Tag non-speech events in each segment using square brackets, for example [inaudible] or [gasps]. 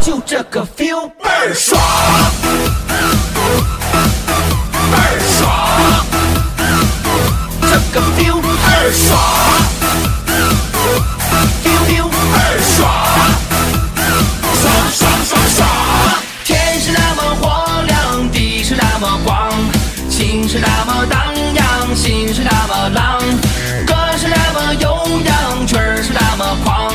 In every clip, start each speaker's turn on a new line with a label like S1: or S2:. S1: 就这个 feel 倍儿爽，倍儿爽，这个 feel 倍儿爽，feel feel 倍儿爽，爽爽爽爽。天是那么荒凉，地是那么广，情是那么荡漾，心是那么浪，歌是那么悠扬，曲儿是那么狂，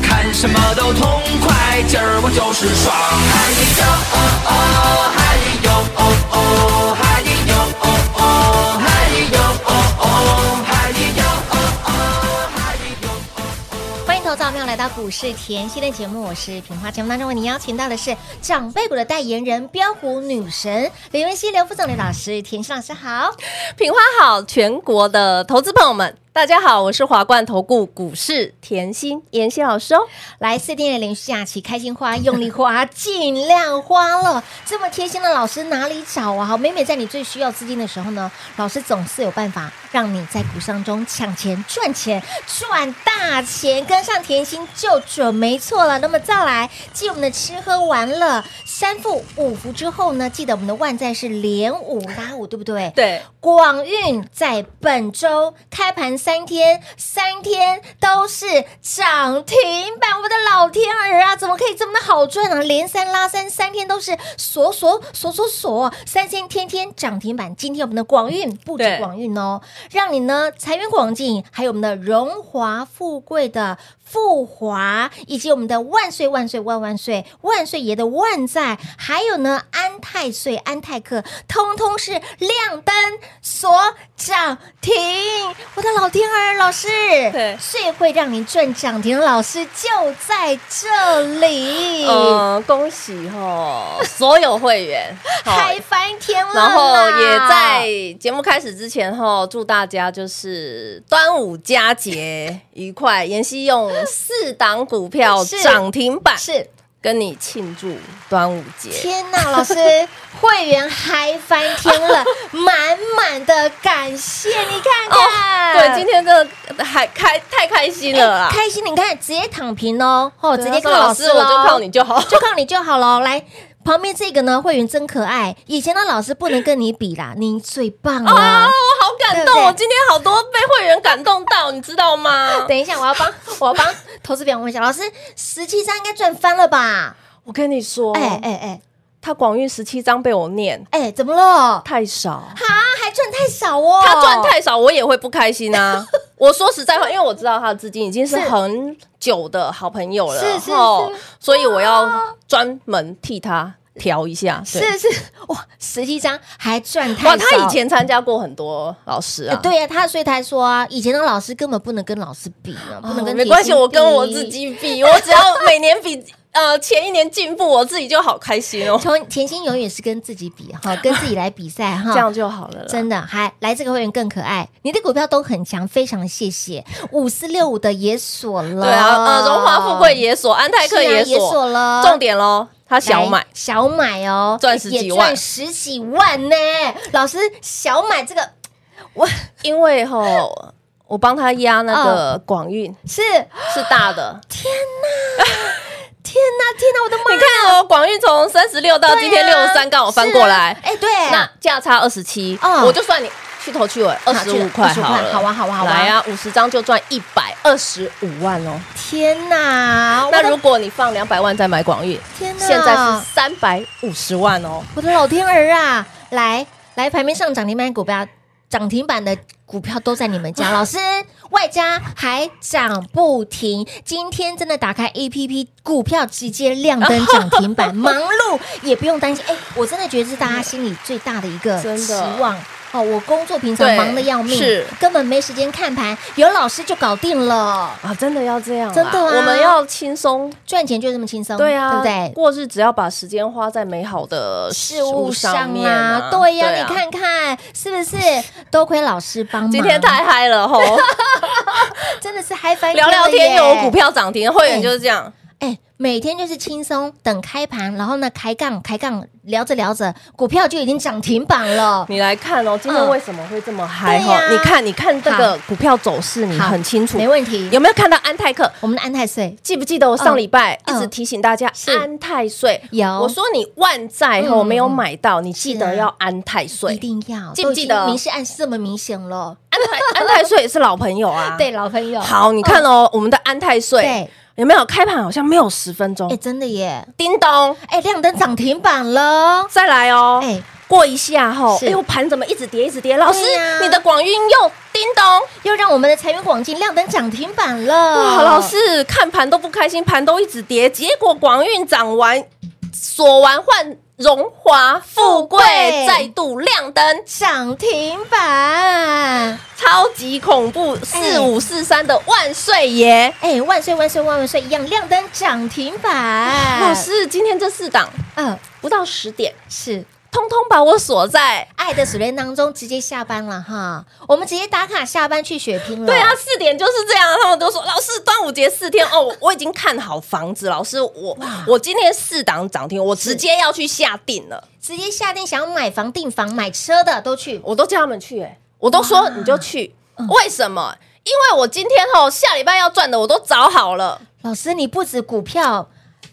S1: 看什么都痛快，今儿我就是爽。嗨哟哦哦，嗨哟哦哦，嗨哟哦哦，嗨哟哦哦，嗨哟哦哦，嗨哟。
S2: 欢迎投资者朋友来到股市甜心的节目，我是平花。节目当中为您邀请到的是长辈股的代言人标股女神刘文熙、刘副总、刘老师，甜心老师好。
S3: 品花好，全国的投资朋友们，大家好，我是华冠投顾股市甜心妍希老师哦。
S2: 来四天的连续假期，开心花、用力花、尽量花了。这么贴心的老师哪里找啊？好，每每在你最需要资金的时候呢，老师总是有办法让你在股商中抢钱、赚钱、赚大钱，跟上甜心就准没错了。那么再来，继我们的吃喝玩乐三副五福之后呢，记得我们的万载是连五 [laughs] 拉五，对不对？
S3: 对，
S2: 广运在本周开盘三天，三天都是涨停板，我的老天儿啊，怎么可以这么的好赚啊？连三拉三，三天都是锁锁锁锁锁，三天天天涨停板。今天我们的广运不止
S3: 对
S2: 广运哦，让你呢财源广进，还有我们的荣华富贵的富华，以及我们的万岁万岁万万岁万岁爷的万在，还有呢安泰岁安泰克，通通是亮灯锁涨停。我的老天儿，老师，哦
S3: 对
S2: 最会让你赚涨停的老师就在这里，
S3: 嗯，恭喜哦，所有会 [laughs] 员，好
S2: 嗨翻天了啦，
S3: 然后也在节目开始之前吼，祝大家就是端午佳节愉快。妍希用四档股票 [laughs]
S2: 是
S3: 涨停板
S2: 是
S3: 跟你庆祝端午节，
S2: 天呐，老师，会员嗨翻天
S3: [laughs]
S2: 了，满满的感谢，你看看，
S3: 哦对，今天真的还开太开心了啦
S2: 哎！开心，你看直接躺平哦，哦，
S3: 对
S2: 直接
S3: 他
S2: 靠
S3: 说老
S2: 老师
S3: 师，我就靠你，就好。
S2: 就靠你就好了。来，旁边这个呢，会员真可爱，以前的老师不能跟你比啦，你最棒
S3: 啊，
S2: 了。
S3: 我好感
S2: 对不
S3: 动，
S2: 对
S3: 我今天好多被会员感动到，你知道吗？
S2: 等一下，我要帮
S3: [laughs]
S2: 我要帮投资表问一下，老师十七张应该赚翻了吧？
S3: 我跟你说，
S2: 哎哎哎
S3: 他广运十七张被我念
S2: 哎，怎么了？
S3: 太少，
S2: 哈，还赚太少哦，
S3: 他赚太少，我也会不开心
S2: [laughs]
S3: 啊。我说实在话，因为我知道他的资金已经是
S2: 是
S3: 很久的好朋友了，
S2: 是是是
S3: 吼所以我要专门替他调一下。对
S2: 是是哇，十七张还赚太少。
S3: 哇，他以前参加过很多老师
S2: 哎
S3: 啊，
S2: 对呀、他所以他还说啊，以前的老师根本不能跟老师比呢，
S3: 哦，
S2: 不能跟、
S3: 没关系，我跟我自。己比，我只要每年比呃前一年进步，我自己就好开
S2: [laughs]
S3: 心哦，
S2: 从甜心永远是跟自己比哈，跟自己来比赛哈，
S3: [laughs] 这样就好了啦。
S2: 真的还来这个会员更可爱。你的股票都很强，非常谢谢。五四六五的也锁了，
S3: 对啊，呃，荣华富贵也锁，安泰
S2: 是
S3: 克
S2: 啊
S3: 也
S2: 也
S3: 锁，
S2: 锁了，
S3: 重点喽，他
S2: 来
S3: 小买，
S2: 小买哦，
S3: 赚十几万
S2: 也赚十几万呢。老师，小买这个
S3: 因为吼，我帮他压那个广运
S2: 是
S3: 哦是大的，
S2: 天哪天哪，我的妈
S3: 你看哦，广运从三十六到今天六
S2: 对啊
S3: 十三，刚好翻过
S2: 是啊
S3: 来，
S2: 哎，对，
S3: 那价差二十七
S2: 嗯，
S3: 我就算你。去头去尾二十五块
S2: 25
S3: 好了，
S2: 好啊好啊好啊
S3: 来啊，五十张就赚一百二十五万哦。
S2: 天哪，
S3: 那
S2: 我的
S3: 如果你放两百万再买广运，
S2: 天哪，
S3: 现在是三百五十万哦。
S2: 我的老天儿啊！来来，盘面上涨停板股票。涨停板的股票都在你们家，老师，外加还涨不停。今天真的打开 A P P，股票直接亮灯涨停板，忙碌也不用担心。哎，我真的觉得是大家心里最大的一个
S3: 真的
S2: 期望。哦，我工作平常
S3: 对
S2: 忙得要命，
S3: 是
S2: 根本没时间看盘，有老师就搞定了。
S3: 啊，真的要这样啦，
S2: 真的啊
S3: 我们要轻松。
S2: 赚钱就这么轻松，
S3: 对啊，
S2: 对不对？
S3: 过日子要把时间花在美好的
S2: 事物
S3: 上
S2: 上
S3: 面
S2: 啊，对呀、你，看看是不是？多亏老师帮忙，
S3: 今天太嗨
S2: [laughs]
S3: 了吼，
S2: 真的是嗨翻
S3: 聊聊
S2: 了
S3: 天
S2: 耶
S3: 有股，票涨停，会员就是这样，
S2: 哎，每天就是轻松等开盘，然后呢开杠开杠，聊着聊着股票就已经涨停板了。
S3: 你来看哦，今天
S2: 嗯
S3: 为什么会这么嗨
S2: 对
S3: 哈
S2: 呀？
S3: 你看，你看这个股票走势，你
S2: 好
S3: 很清楚，
S2: 没问题。
S3: 有没有看到安泰克？
S2: 我们的安泰税
S3: 记不记得我上礼拜一
S2: 嗯
S3: 直提醒大家
S2: 是
S3: 安泰税？
S2: 有
S3: 我说你万债
S2: 嗯
S3: 后没有买到，你记
S2: 是啊
S3: 得要安泰税
S2: 一。定要，
S3: 记不记得
S2: 都已经明示暗示这么明显了？
S3: 安泰安泰税也是老朋友啊。
S2: [laughs] 对，，老朋友，
S3: 好，你看哦，我们的安泰税
S2: 对，
S3: 有没有开盘好像没有十分钟
S2: 哎，？真的耶，
S3: 叮咚，
S2: 哎，亮灯涨停板了，
S3: 再来哦。
S2: 哎，
S3: 过一下吼，
S2: 是
S3: 哎呦，盘怎么一直跌一直跌？老师
S2: 对呀，
S3: 你的广运又叮咚。
S2: 又让我们的财源广进亮灯涨停板了。
S3: 哇，老师看盘都不开心，盘都一直跌，结果广运涨完，锁完换荣华富贵
S2: 富贵，
S3: 再度亮灯，
S2: 涨停板。
S3: 超级恐怖！四五四三的万岁爷，
S2: 哎，万岁万岁万万岁！一样亮灯涨停板。
S3: 老，师今天这四档
S2: 嗯，
S3: 不到十点，
S2: 是
S3: 通通把我锁在。
S2: 爱的锁链当中直接下班了哈，我们直接打卡下班去血拼了。
S3: 对啊，，四点就是这样，他们都说老师端午节四天哦，我我已经看好房子，老师我我今天四档涨停，我直接要去下定了。
S2: 直接下定想要买房、订房、买车的都去。
S3: 我都叫他们去、欸，嗯我都说你就去，为什么？因为我今天哦，下礼拜要赚的我都找好了，
S2: 老师，你不止股票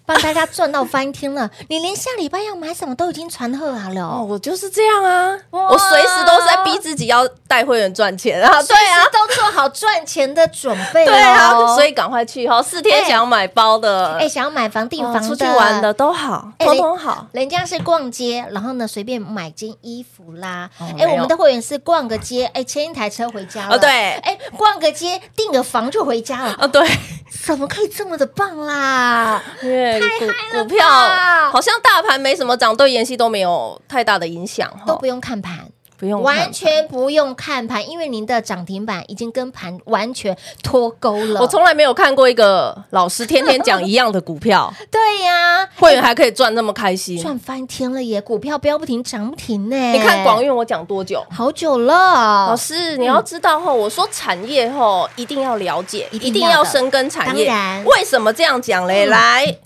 S2: 帮大家赚到翻天
S3: [laughs]
S2: 了，你连下礼拜要买什么都已经传贺好了
S3: 哦，
S2: 哦。
S3: 我就是这样啊，
S2: 哇
S3: 我随时都是在逼自己要带会员赚钱啊，对啊
S2: 随时，都做好赚钱的准备了哦
S3: 对啊，所
S2: 以
S3: 以赶快去哦，四天
S2: 哎
S3: 想买包的，
S2: 哎，想要买房、订
S3: 哦
S2: 房的、
S3: 出去玩的都好，
S2: 哎
S3: 通通好。
S2: 人家是逛街，然后呢随便买件衣服啦。哎、
S3: 哦没有
S2: 我们的会员是逛个街，哎、牵一台车回家了。
S3: 哦对
S2: 哎、逛个街订个房就回家了，
S3: 啊，对，
S2: 怎么可以这么的棒啦？
S3: 因为股
S2: 了
S3: 股票
S2: 吧
S3: 好像大盘没什么涨，对妍希都没有太大的影响哦，
S2: 都不用看盘，
S3: 不用看
S2: 完全不用看盘，因为您的涨停板已经跟盘完全脱钩了。
S3: 我从来没有看过一个老师天天讲一样的股
S2: [laughs]
S3: 票，
S2: 对呀、
S3: 会员还可以赚那么开心。
S2: 赚欸翻天了耶！股票飙不停，涨不停呢。
S3: 你看广运我讲多久？
S2: 好久了，
S3: 老师，你要知道后，我说产业后一定要了解，
S2: 嗯一
S3: 一
S2: 定要的
S3: 定要深耕产业
S2: 当然。嗯
S3: 为什么这样讲嘞？来，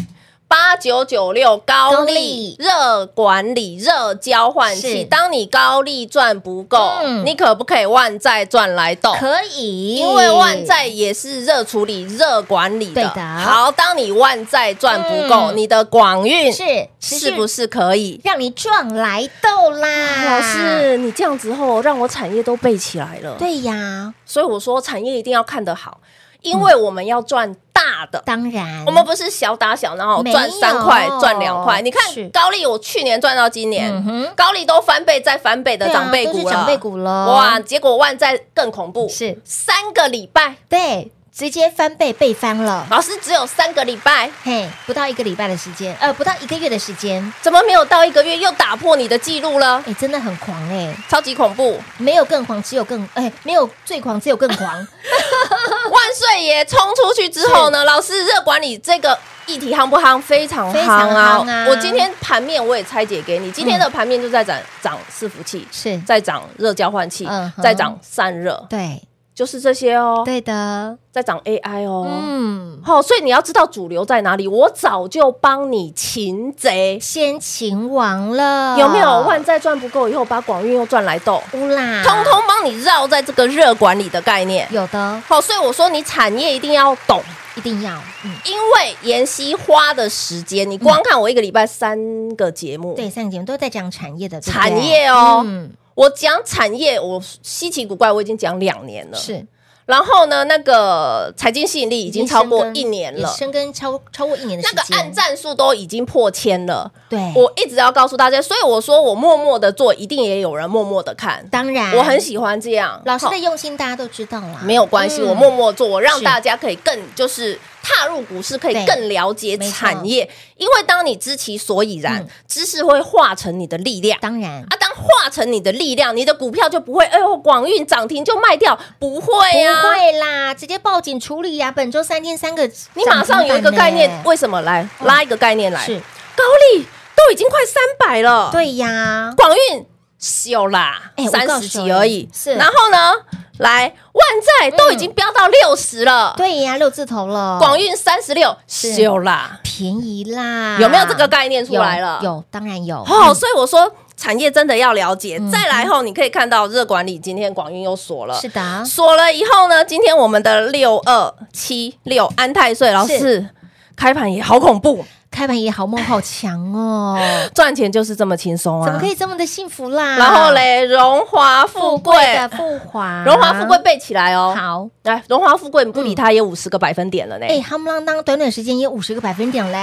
S3: 八九九六高利
S2: 高利
S3: 热管理热交换器，
S2: 是
S3: 当你高利赚不够，
S2: 嗯
S3: 你可不可以万债赚来斗？
S2: 可以，
S3: 因为万债也是热处理、热管理的。
S2: 对的
S3: 好，当你万债赚不够，
S2: 嗯
S3: 你的广运
S2: 是持续
S3: 是不是可以？
S2: 让你撞来斗啦，
S3: 老师，你这样子后让我产业都背起来了。，
S2: 对呀，
S3: 所以我说产业一定要看得好，因为我们要赚大的。
S2: 当然，
S3: 我们不是小打小闹，
S2: 嗯没有
S3: 赚三块赚两块。你
S2: 是
S3: 看高利，我去年赚到今年，
S2: 嗯哼
S3: 高利都翻倍再翻倍的
S2: 对啊
S3: 长辈股
S2: 都
S3: 了，
S2: 是长辈股了
S3: 哇！结果万债更恐怖，
S2: 是
S3: 三个礼拜，
S2: 对直接翻倍被翻了，
S3: 老师只有三个礼拜，
S2: 嘿，不到一个礼拜的时间，呃，不到一个月的时间，
S3: 怎么没有到一个月又打破你的记录了？
S2: 哎，真的很狂哎，
S3: 超级恐怖！
S2: 没有更狂，只有更哎，没有最狂，只有更
S3: [laughs]
S2: 狂，
S3: 万岁爷冲出去之后呢，老师热管理这个议题夯不夯？非常
S2: 非
S3: 夯
S2: 常
S3: 啊！
S2: 夯啊
S3: 我今天盘面我也拆解给你，今天的盘面就在涨涨伺服器，
S2: 是
S3: 在涨热交换器
S2: 嗯，哼
S3: 在涨散热，
S2: 对
S3: 就是这些哦，
S2: 对的，
S3: 在涨 AI 哦。
S2: 嗯，
S3: 好，所以你要知道主流在哪里，我早就帮你擒贼。
S2: 先秦王了，
S3: 有没有万债赚不够，以后把广运又赚来斗，
S2: 乌啦，
S3: 通通帮你绕在这个热管理的概念。
S2: 有的，
S3: 好，所以我说你产业一定要懂，
S2: 一定要，嗯，
S3: 因为妍希花的时间，你光看我一个礼拜三个节目，
S2: 对，上节目都在讲产业的对不对
S3: 产业哦
S2: 嗯，
S3: 我讲产业，我稀奇古怪，我已经讲两年了。
S2: 是
S3: 然后呢，那个财经吸引力已
S2: 已
S3: 经超过一年了，
S2: 深耕超超过一年的
S3: 那
S2: 时
S3: 个
S2: 间。
S3: 按赞数都已经破千了。
S2: 对，
S3: 我一直要告诉大家，所以我说我默默的做，一定也有人默默的看。
S2: 当然
S3: 我很喜欢这样，
S2: 老师
S3: 好
S2: 的用心，大家都知道啦。
S3: 没有关系，
S2: 嗯
S3: 我默默做，我让
S2: 是
S3: 大家可以更就是踏入股市，可
S2: 对
S3: 以更了解
S2: 没错
S3: 产业，因为当你知其所以然，
S2: 嗯
S3: 知识会化成你的力量。
S2: 当然
S3: 啊，当化成你的力量，你的股票就不会，哎呦，广运涨停就卖掉，不会啊
S2: 不
S3: 呀、
S2: 会啦，直接报警处理呀。啊本周三天三个，
S3: 你马上有一个概念，为什么来
S2: 嗯
S3: 拉一个概念来？哦
S2: 是
S3: 高利都已经快三百了，，
S2: 对呀，
S3: 广运小啦
S2: 哎我，
S3: 三
S2: 告
S3: 十
S2: 诉
S3: 几
S2: 你
S3: 而已。
S2: 是嗯
S3: 然后呢，来万载都已经飙到六十了，
S2: 对呀，六字头了，
S3: 广运三十六
S2: 哦是
S3: 小啦，
S2: 便宜啦，
S3: 有没有这个概念出来了？
S2: 有，有当然有。
S3: 哦，
S2: 嗯
S3: 所以我说产业真的要了解。
S2: 嗯
S3: 再来后，你可以看到热管理今天广运又锁了，
S2: 是的，
S3: 锁了以后呢，今天我们的六二七六安泰税老师开盘也好恐怖，
S2: 开盘也好梦好强
S3: [laughs]
S2: 哦，
S3: 赚钱就是这么轻松啊！
S2: 怎么可以这么的幸福啦？
S3: 然后，嘞，荣华富
S2: 富
S3: 贵
S2: 贵，的富华，
S3: 荣华富贵背起来哦。
S2: 好。嗯
S3: 来，荣华富贵你不理它也五十个百分点了呢。
S2: 哎，夯不啷当，短短时间也五十个百分点嘞！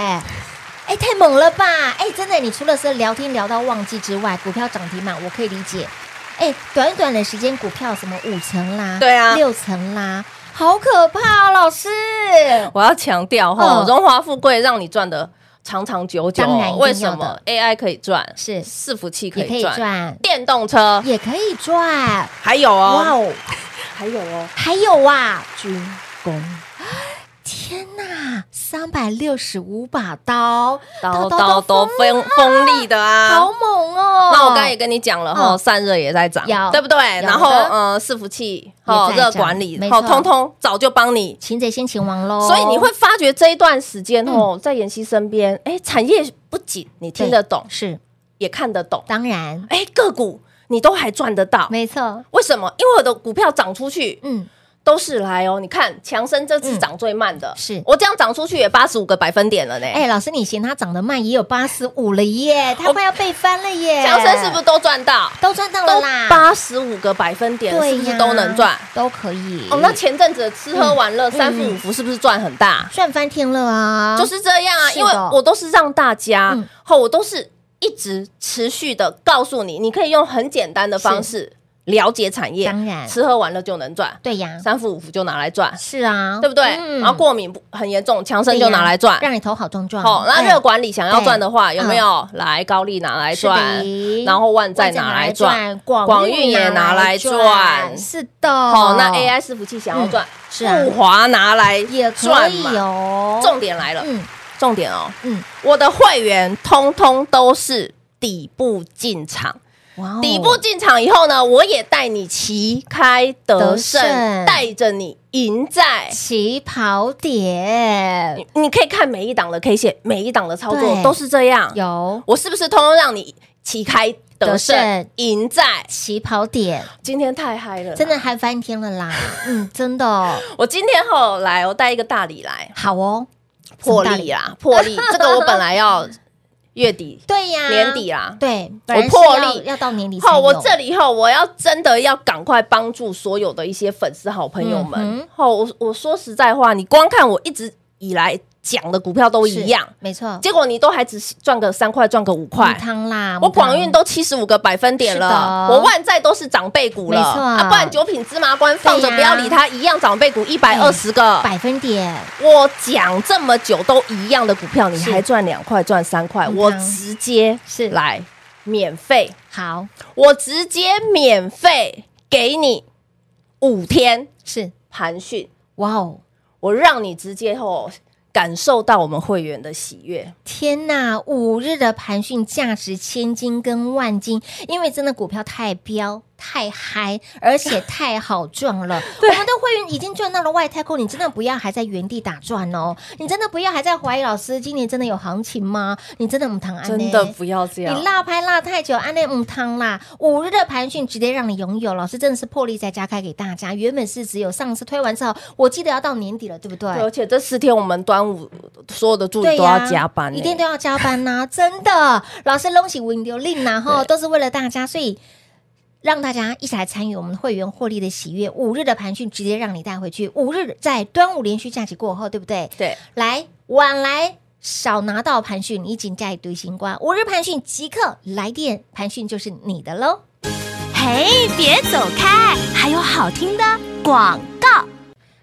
S2: 哎，太猛了吧！哎，真的，你除了是聊天聊到忘记之外，股票涨停嘛，我可以理解。哎，短短的时间，股票什么五层啦，
S3: 对啊
S2: 六层啦，好可怕、哦，老师。
S3: 我要强调哈
S2: 嗯，
S3: 荣华富贵让你赚的长长久久
S2: 当然一定要
S3: 哦。
S2: 的
S3: 为什么 AI 可以赚？
S2: 是
S3: 伺服器可
S2: 也可以
S3: 以赚，
S2: 赚，
S3: 电动车
S2: 也可以赚，
S3: 还有
S2: 哇
S3: 哦，
S2: 哦！
S3: 还有哦，
S2: 还有啊，军工。 [gasps] 天呐，三百六十五把刀，
S3: 刀刀都锋锋利的啊，
S2: 好猛哦！
S3: 那我刚才也跟你讲了哈，
S2: 嗯
S3: 散热也在涨
S2: 有，
S3: 对不对？
S2: 有的
S3: 然后呃，伺服器、哦
S2: 也在
S3: 热
S2: 涨
S3: 管理
S2: 没，错
S3: 哦，
S2: 哦
S3: 通通早就帮你。
S2: 擒贼先擒王喽，
S3: 所以你会发觉这一段时间
S2: 嗯
S3: 哦，在妍希身边，哎，产业不仅你听得懂
S2: 对，是
S3: 也看得懂，
S2: 当然，
S3: 哎，个股你都还赚得到。
S2: 没错，
S3: 为什么？因为我的股票涨出去
S2: 嗯，
S3: 都是来哦，你看强生这次
S2: 嗯
S3: 涨最慢的，
S2: 是
S3: 我这样涨出去也八十五个百分点了呢。
S2: 哎，老师，你嫌它涨得慢，也有八十五了耶，它
S3: 我
S2: 快要被翻了耶，
S3: 强哦生是不是都赚到？
S2: 都赚到了
S3: 都
S2: 啦？
S3: 八十五个百分点，
S2: 对
S3: 是不是
S2: 呀嗯
S3: 都能赚？
S2: 都可以
S3: 哦，那前阵子吃喝玩乐、三伏五伏是不是赚很大？
S2: 赚翻天了嗯啊！
S3: 就是这样啊，
S2: 是的
S3: 因为我都是让大家
S2: 嗯，
S3: 后我都是一直持续的告诉你，你可以用很简单的方式了解产业，
S2: 当然
S3: 吃喝玩乐就能赚，
S2: 对呀，
S3: 三伏五伏就拿来赚，
S2: 是啊，
S3: 对不对？
S2: 嗯
S3: 然后过敏不很严重，强
S2: 对
S3: 生
S2: 呀
S3: 就拿来赚。
S2: 让你头好壮壮。
S3: 好，那
S2: 哎
S3: 热管理想要赚的话，
S2: 对嗯
S3: 有没有来高利拿来赚
S2: 是的，
S3: 然后万载拿来赚，，
S2: 广
S3: 广
S2: 运
S3: 运
S2: 也
S3: 也
S2: 拿
S3: 拿
S2: 来
S3: 来
S2: 赚，
S3: 赚
S2: 是的。哦
S3: 哦，那 AI 伺服器想要赚，
S2: 是啊
S3: 富华拿来
S2: 也可
S3: 赚
S2: 以
S3: 嘛
S2: 哦。
S3: 重点来了，
S2: 嗯
S3: 重点哦，
S2: 嗯，
S3: 我的会员通通都是底部进场，
S2: 哇哦
S3: 底部进场以后呢，我也带你旗开得胜
S2: 得胜，
S3: 带着你赢在。
S2: 起跑点
S3: 你你可以看每一档的 K 线，每一档的操
S2: 对
S3: 作都是这样。
S2: 有
S3: 我是不是通通让你旗开得
S2: 得
S3: 胜
S2: 胜，
S3: 赢在？
S2: 起跑
S3: [laughs]
S2: 点，
S3: 今天太嗨了，
S2: 真的！嗨翻天了
S3: [laughs]
S2: 啦！嗯，真的哦
S3: 我今天后来我带一个大礼来，
S2: 好哦，
S3: 破
S2: 什么大
S3: 例啦，破
S2: [laughs]
S3: 例。这个我本来要月底
S2: 对呀，
S3: 年底啦。
S2: 对，
S3: 我
S2: 本来是
S3: 破
S2: 要
S3: 例
S2: 要到年底才
S3: 好，我
S2: 有
S3: 这里后我要真的要赶快帮助所有的一些粉丝好朋友
S2: 嗯
S3: 们
S2: 哼。
S3: 好，我我说实在话，你光看我一直以来讲的股票都
S2: 是
S3: 一样，
S2: 没错，
S3: 结果你都还只赚个三块，赚个五
S2: 母
S3: 块。
S2: 汤啦，
S3: 我
S2: 母汤
S3: 广运都七十五个百分点了，
S2: 是的
S3: 我万载都是长辈股了，
S2: 没错
S3: 啊不然九品芝麻官放着
S2: 对呀哎
S3: 不要理它，一样长辈股一百二十个。
S2: 百分点，
S3: 我讲这么久都一样的股票，你
S2: 是
S3: 还赚两块赚三块，
S2: 嗯
S3: 我
S2: 哼
S3: 直接
S2: 是
S3: 来免费，
S2: 好
S3: 我直接免费给你五天
S2: 是
S3: 盘训，
S2: 哇哦。
S3: 我让你直接哦感受到我们会员的喜悦。
S2: 天呐，五日的盘讯价值千金跟万金，因为真的股票太飙、太嗨，而且太好赚
S3: [laughs]
S2: 了。我们的会员已经赚到了外太空，你真的不要还在原地打转哦！你真的不要还在怀疑老师今年真的有行情吗？你真的唔谈安哎呢
S3: 真的不要这
S2: 你
S3: 样，
S2: 落拍落太久，安内唔汤啦！五日的盘讯直接让你拥有，老师真的是破例再加开给大家。原本是只有上次推完之后，我记得要到年底了，对不对？
S3: 对而且这四天我们端午所有的助
S2: 对
S3: 理
S2: 呀，
S3: 都要加班呢，欸
S2: 一定都要啊
S3: [laughs]
S2: 加班呐、真的。老师恭喜 w i n d o 令呐，哈，都是为了大家，所以让大家一起来参与我们会员获利的喜悦。五日的盘讯直接让你带回去，五日在端午连续假期过后，对不对？
S3: 对，
S2: 来晚来。少拿到盘讯，你仅在独行瓜。五日盘讯即刻来电，盘讯就是你的喽。
S4: 嘿，别走开，还有好听的广告。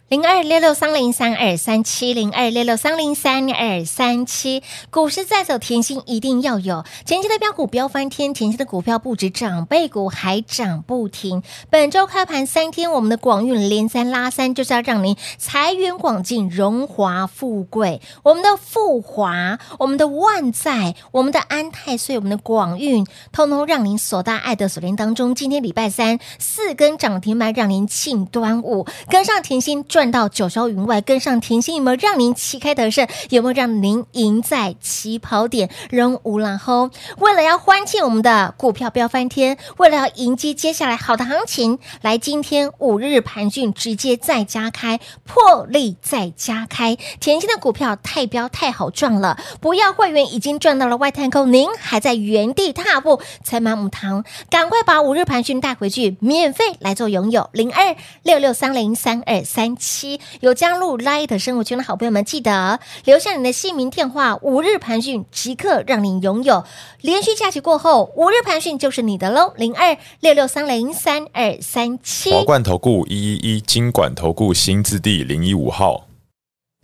S2: 零二六六三零三二三七零二六六三零三二三七，股市在走，甜心一定要有。前期的标股不要翻天，前期的股票不止长辈股还涨不停。本周开盘三天，我们的广运连三拉三，就是要让您财源广进，荣华富贵。我们的富华，我们的万载，我们的安泰，所以我们的广运，通通让您所大爱的锁链当中。今天礼拜三四根涨停板，让您庆端午，跟上甜心赚到九霄云外，跟上甜心有没有让您旗开得胜？有没有让您赢在起跑点？仍无然后，为了要欢庆我们的股票飙翻天，为了要迎接接下来好的行情，来今天五日盘讯直接再加开，破例再加开，甜心的股票太飙太好赚了，不要会员已经赚到了外太空，您还在原地踏步，才满母堂，赶快把五日盘讯带回去，免费来做拥有。零二六六三零三二三七，有加入 Light 生活圈的好朋友们，记得留下你的姓名、电话。五日盘讯即刻让你拥有，连续假期过后，五日盘讯就是你的喽。零二六六三零三二三七，
S5: 华冠投顾一一一金管投顾新字第零一五号，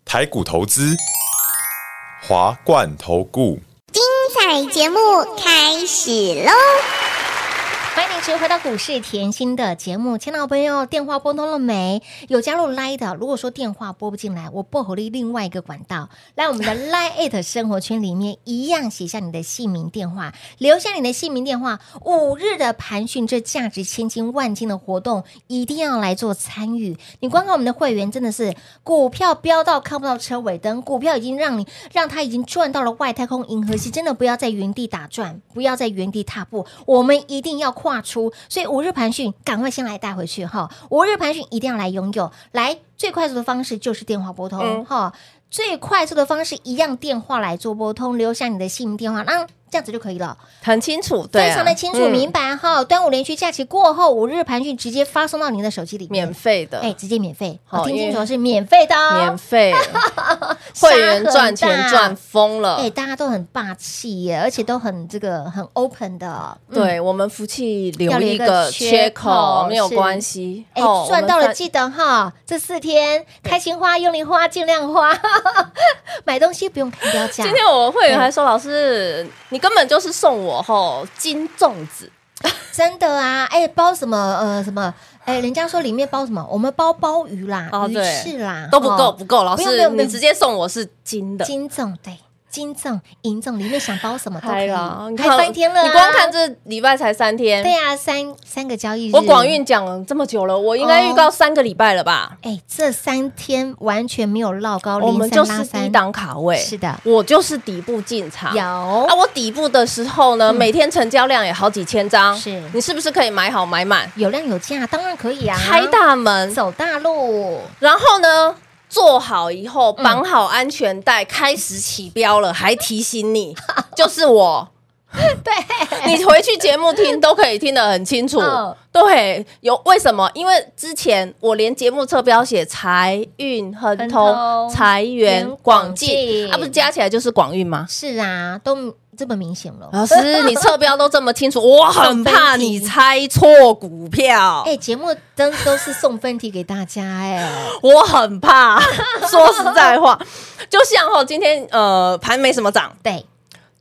S5: 台股投资，华冠投顾。
S6: 彩节目开始喽！
S2: 欢迎您持续回到股市甜心的节目，亲爱的朋友，电话拨通了没？有加入 Line 的，如果说电话拨不进来，我不合力另外一个管道，来我们的 Line at 生活圈里面一样写下你的姓名、电话，留下你的姓名、电话。五日的盘讯，这价值千金万金的活动，一定要来做参与。你光看我们的会员，真的是股票飙到看不到车尾灯，股票已经让你让他已经赚到了外太空银河系，真的不要在原地打转，不要在原地踏步，我们一定要跨出。所以五日盘讯，赶快先来带回去哈！五日盘讯一定要来拥有，来最快速的方式就是电话拨通
S3: 嗯
S2: 哈。最快速的方式一样，电话来做拨通，留下你的姓名、电话，那这样子就可以了。
S3: 很清楚，对啊，
S2: 非常的清楚
S3: 嗯
S2: 明白哈。端午连续假期过后，五日盘讯直接发送到您的手机里面
S3: 免，费的，
S2: 哎，直接免费，
S3: 好
S2: 好，听清
S3: 因
S2: 楚
S3: 为
S2: 是免费的哦，[laughs]
S3: 免费，会员赚钱赚疯了。
S2: 哎，大家都很霸气耶，而且都很这个很 open 的，嗯。
S3: 对我们福气留一
S2: 要留一个
S3: 个
S2: 缺
S3: 缺
S2: 口
S3: 口没有
S2: 是
S3: 关系，
S2: 哎
S3: 哦，
S2: 赚到
S3: 我
S2: 了
S3: 们
S2: 记得哈，这四天开心花、用力花、尽量花， [laughs] 买东西不用看标价。
S3: 今天我会员还说，老师，你根本就是送我吼金粽子，
S2: 真的啊，哎，包什么呃什么，哎，人家说里面包什么，我们包鲍鱼啦、
S3: 哦
S2: 鱼
S3: 对
S2: 翅啦，
S3: 都不够，
S2: 哦
S3: 不够，老
S2: 不用不用
S3: 师，
S2: 不用
S3: 你直接送我是金的，
S2: 金粽对，金粽、银粽里面想包什么都可
S3: 开
S2: 以，
S3: 了，你
S2: 还
S3: 看
S2: 翻天了啊、
S3: 你光看这礼拜才三天，
S2: 对呀、三三个交易日，
S3: 我广。运讲了这么久了，我应
S2: 哦
S3: 该预告三个礼拜了吧？
S2: 哎，这三天完全没有落高，
S3: 哦我
S2: 零三
S3: 们就
S2: 拉
S3: 是低
S2: 三
S3: 档卡位，
S2: 是的
S3: 我就是底部进场。
S2: 有、嗯
S3: 啊，我底部的时候呢，每天成交量也好几千张，
S2: 是
S3: 你是不是可以买好买满，
S2: 有量有价，当然可以啊，
S3: 开大门，
S2: 走大路，
S3: 然后呢？做好以后，
S2: 嗯
S3: 绑好安全带，开始起标了，还提醒 [laughs] 你，就是我。对，你回去节目听都可以听得很清楚。
S2: 嗯
S3: 对，有为什么？因为之前我连节目侧标写财运亨
S2: 亨
S3: 通
S2: 通、
S3: 财源
S2: 源广
S3: 广
S2: 进
S3: 进，啊，不是加起来就是广运吗？
S2: 是啊，都这么明显了。
S3: 老 [laughs] 师，你侧标都这么清楚，我很怕你猜错股票，
S2: 哎，节目真都是送分题给大家哎，
S3: 我很怕。 [laughs] 说实在话，就像哈，今天呃盘没什么涨，
S2: 对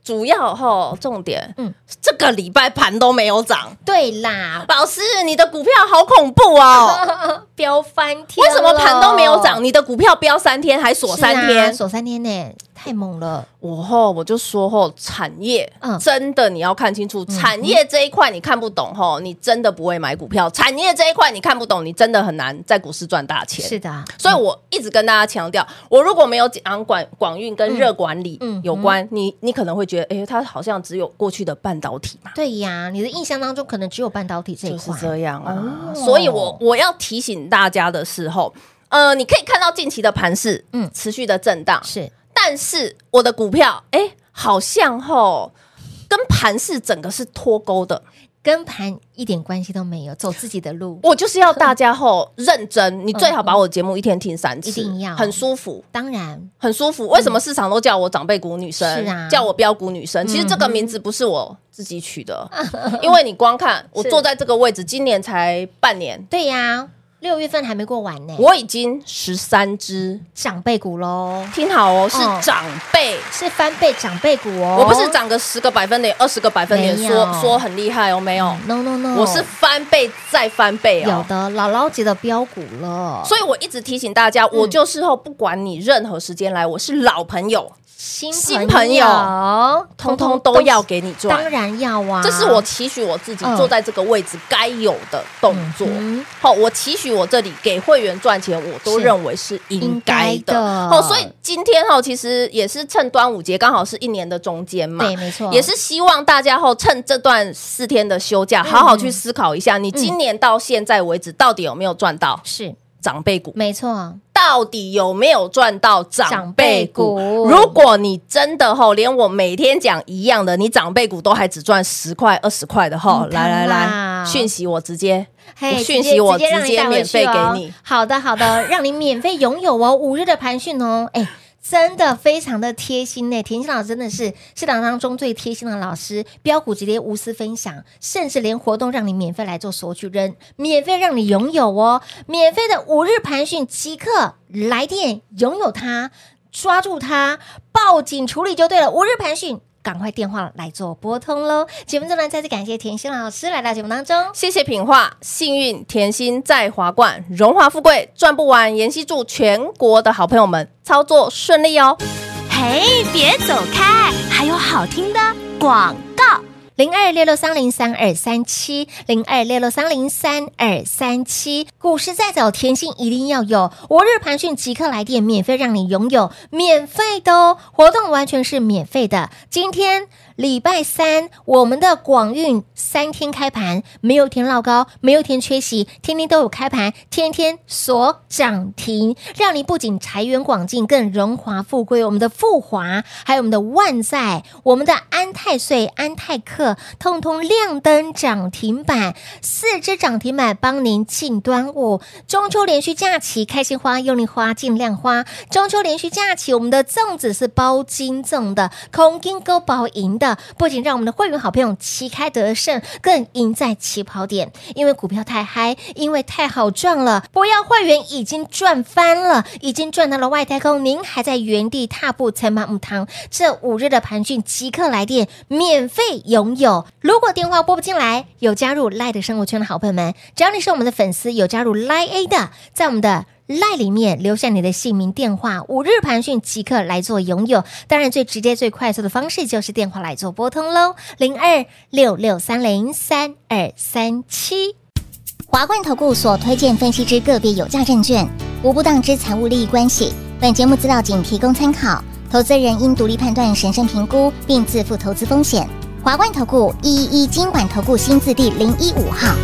S3: 主要哈重点，
S2: 嗯
S3: 嗯，这个礼拜盘都没有涨。
S2: 对啦，
S3: 老师，你的股票好
S2: [laughs]
S3: 恐怖哦！
S2: 飙翻天
S3: 为
S2: 了，
S3: 什么盘都没有涨？你的股票飙三天还锁三
S2: 是啊
S3: 天？
S2: 锁三天呢，太猛了，
S3: 我吼，我就说吼，产业、
S2: 嗯
S3: 真的你要看清楚，产业这一块你看不懂吼，你真的不会买股票；产业这一块你看不懂，你真的很难在股市赚大钱。
S2: 是，的，
S3: 所以我一直跟大家强调，我如果没有讲广广运跟热管理
S2: 嗯嗯
S3: 有关，你你可能会觉得，哎、它好像只有过去的半导体嘛。
S2: 对呀，你的印象当中可能只有半导体这
S3: 就
S2: 一
S3: 是
S2: 块，
S3: 这样啊。
S2: 哦
S3: 所以我我要提醒大家的时候，呃，你可以看到近期的盘势，
S2: 嗯
S3: 嗯，持续的震荡，
S2: 是
S3: 但是我的股票，哎、好像吼跟盘势整个是脱钩的。
S2: 跟盘一点关系都没有，走自己的路。
S3: 我就是要大家后认真，你最好把我节目一天听三次，
S2: 一定要
S3: 很舒服。
S2: 当然，
S3: 很舒服，为什么市场都叫我长辈股女生？
S2: 嗯是啊
S3: 叫我标股女生。其实这个名字不是我自己取的，
S2: [laughs]
S3: 因为你光看
S2: 嗯
S3: 我
S2: 是
S3: 坐在这个位置，今年才半年，
S2: 对呀，六月份还没过完呢，
S3: 我已经十三只，
S2: 长辈股喽，
S3: 听好哦，是
S2: 哦
S3: 长辈，
S2: 是翻倍长辈股哦，
S3: 我不是涨个十个百分点、二十个百分点，
S2: 没有
S3: 说说很厉害哦，没有，
S2: ，no no no，
S3: 我是翻倍再翻倍
S2: 有
S3: 哦。
S2: 的姥姥级的标股了，
S3: 所以我一直提醒大家，
S2: 嗯
S3: 我就是后不管你任何时间来，我是老朋友，
S2: 新
S3: 新朋友通通都要给你赚。
S2: 当然要啊，
S3: 这是我期许我自己
S2: 嗯
S3: 坐在这个位置该有的动作
S2: 嗯哼。
S3: 好，我期许我这里给会员赚钱，我都
S2: 是
S3: 认为是应该
S2: 应该
S3: 的
S2: 的。
S3: 好，所以今天哈，其实也是趁端午节，刚好是一年的中间嘛
S2: 对，。没错，
S3: 也是希望大家后趁这段四天的休假，好
S2: 嗯
S3: 好去思考一下，你今年到现在为止到底有没有赚到
S2: 是
S3: 长辈股？
S2: 没错，
S3: 到底有没有赚到长辈股？
S2: 长辈股
S3: 如果你真的吼，连我每天讲一样的，你长辈股都还只赚十块、二十块的吼，
S2: 嗯当
S3: 来来
S2: 然
S3: 来，
S2: 啦
S3: 讯息我直接，
S2: 嘿
S3: 我讯
S2: 直
S3: 息
S2: 接
S3: 我
S2: 直接让
S3: 直
S2: 你
S3: 接
S2: 带回
S3: 免
S2: 去
S3: 费给
S2: 哦
S3: 你。
S2: 好的，好的，让你免费拥有哦，五日的盘讯哦，哎。真的非常的贴心呢、田心老师真的是市场当中最贴心的老师，标股直接无私分享，甚至连活动让你免费来做索取扔，免费让你拥有哦，免费的五日盘讯即刻来电拥有它，抓住它，报警处理就对了。五日盘讯，赶快电话来做拨通喽！节目中呢，再次感谢田心老师来到节目当中。
S3: 谢谢品画，幸运甜心在华冠，荣华富贵赚不完。妍希祝全国的好朋友们操作顺利哦。
S4: 嘿，别走开，还有好听的广告。
S2: 零二六六三零三二三七，零二六六三零三二三七。股市再走，甜心一定要有。五日盘讯即刻来电，免费让你拥有，免费的哦，活动完全是免费的。今天礼拜三，我们的广运三天开盘，没有一天落高，没有一天缺席，天天都有开盘，天天锁涨停，让你不仅财源广进，更荣华富贵。我们的富华，还有我们的万载，我们的安泰岁、安泰克，通通亮灯涨停板，四只涨停板帮您进端午。中秋连续假期，开心花、用力花、尽量花。中秋连续假期，我们的粽子是包金粽的，空金勾包赢的，不仅让我们的会员好朋友旗开得胜，更赢在起跑点。因为股票太嗨，因为太好赚了，不要会员已经赚翻了，已经赚到了外太空，您还在原地踏步，才满木堂。这五日的盘讯即刻来电，免费拥有。如果电话拨不进来，有加入 Lie 的生活圈的好朋友们，只要你是我们的粉丝，有加入 Lie A 的，在我们的。赖里面留下你的姓名、电话，五日盘讯即刻来做拥有。当然，最直接、最快速的方式就是电话来做拨通喽，零二六六三零三二三七。
S6: 华冠投顾所推荐分析之个别有价证券，无不当之财务利益关系。本节目资料仅提供参考，投资人应独立判断、审慎评估，并自负投资风险。华冠投顾一一一金管投顾新字第零一五号。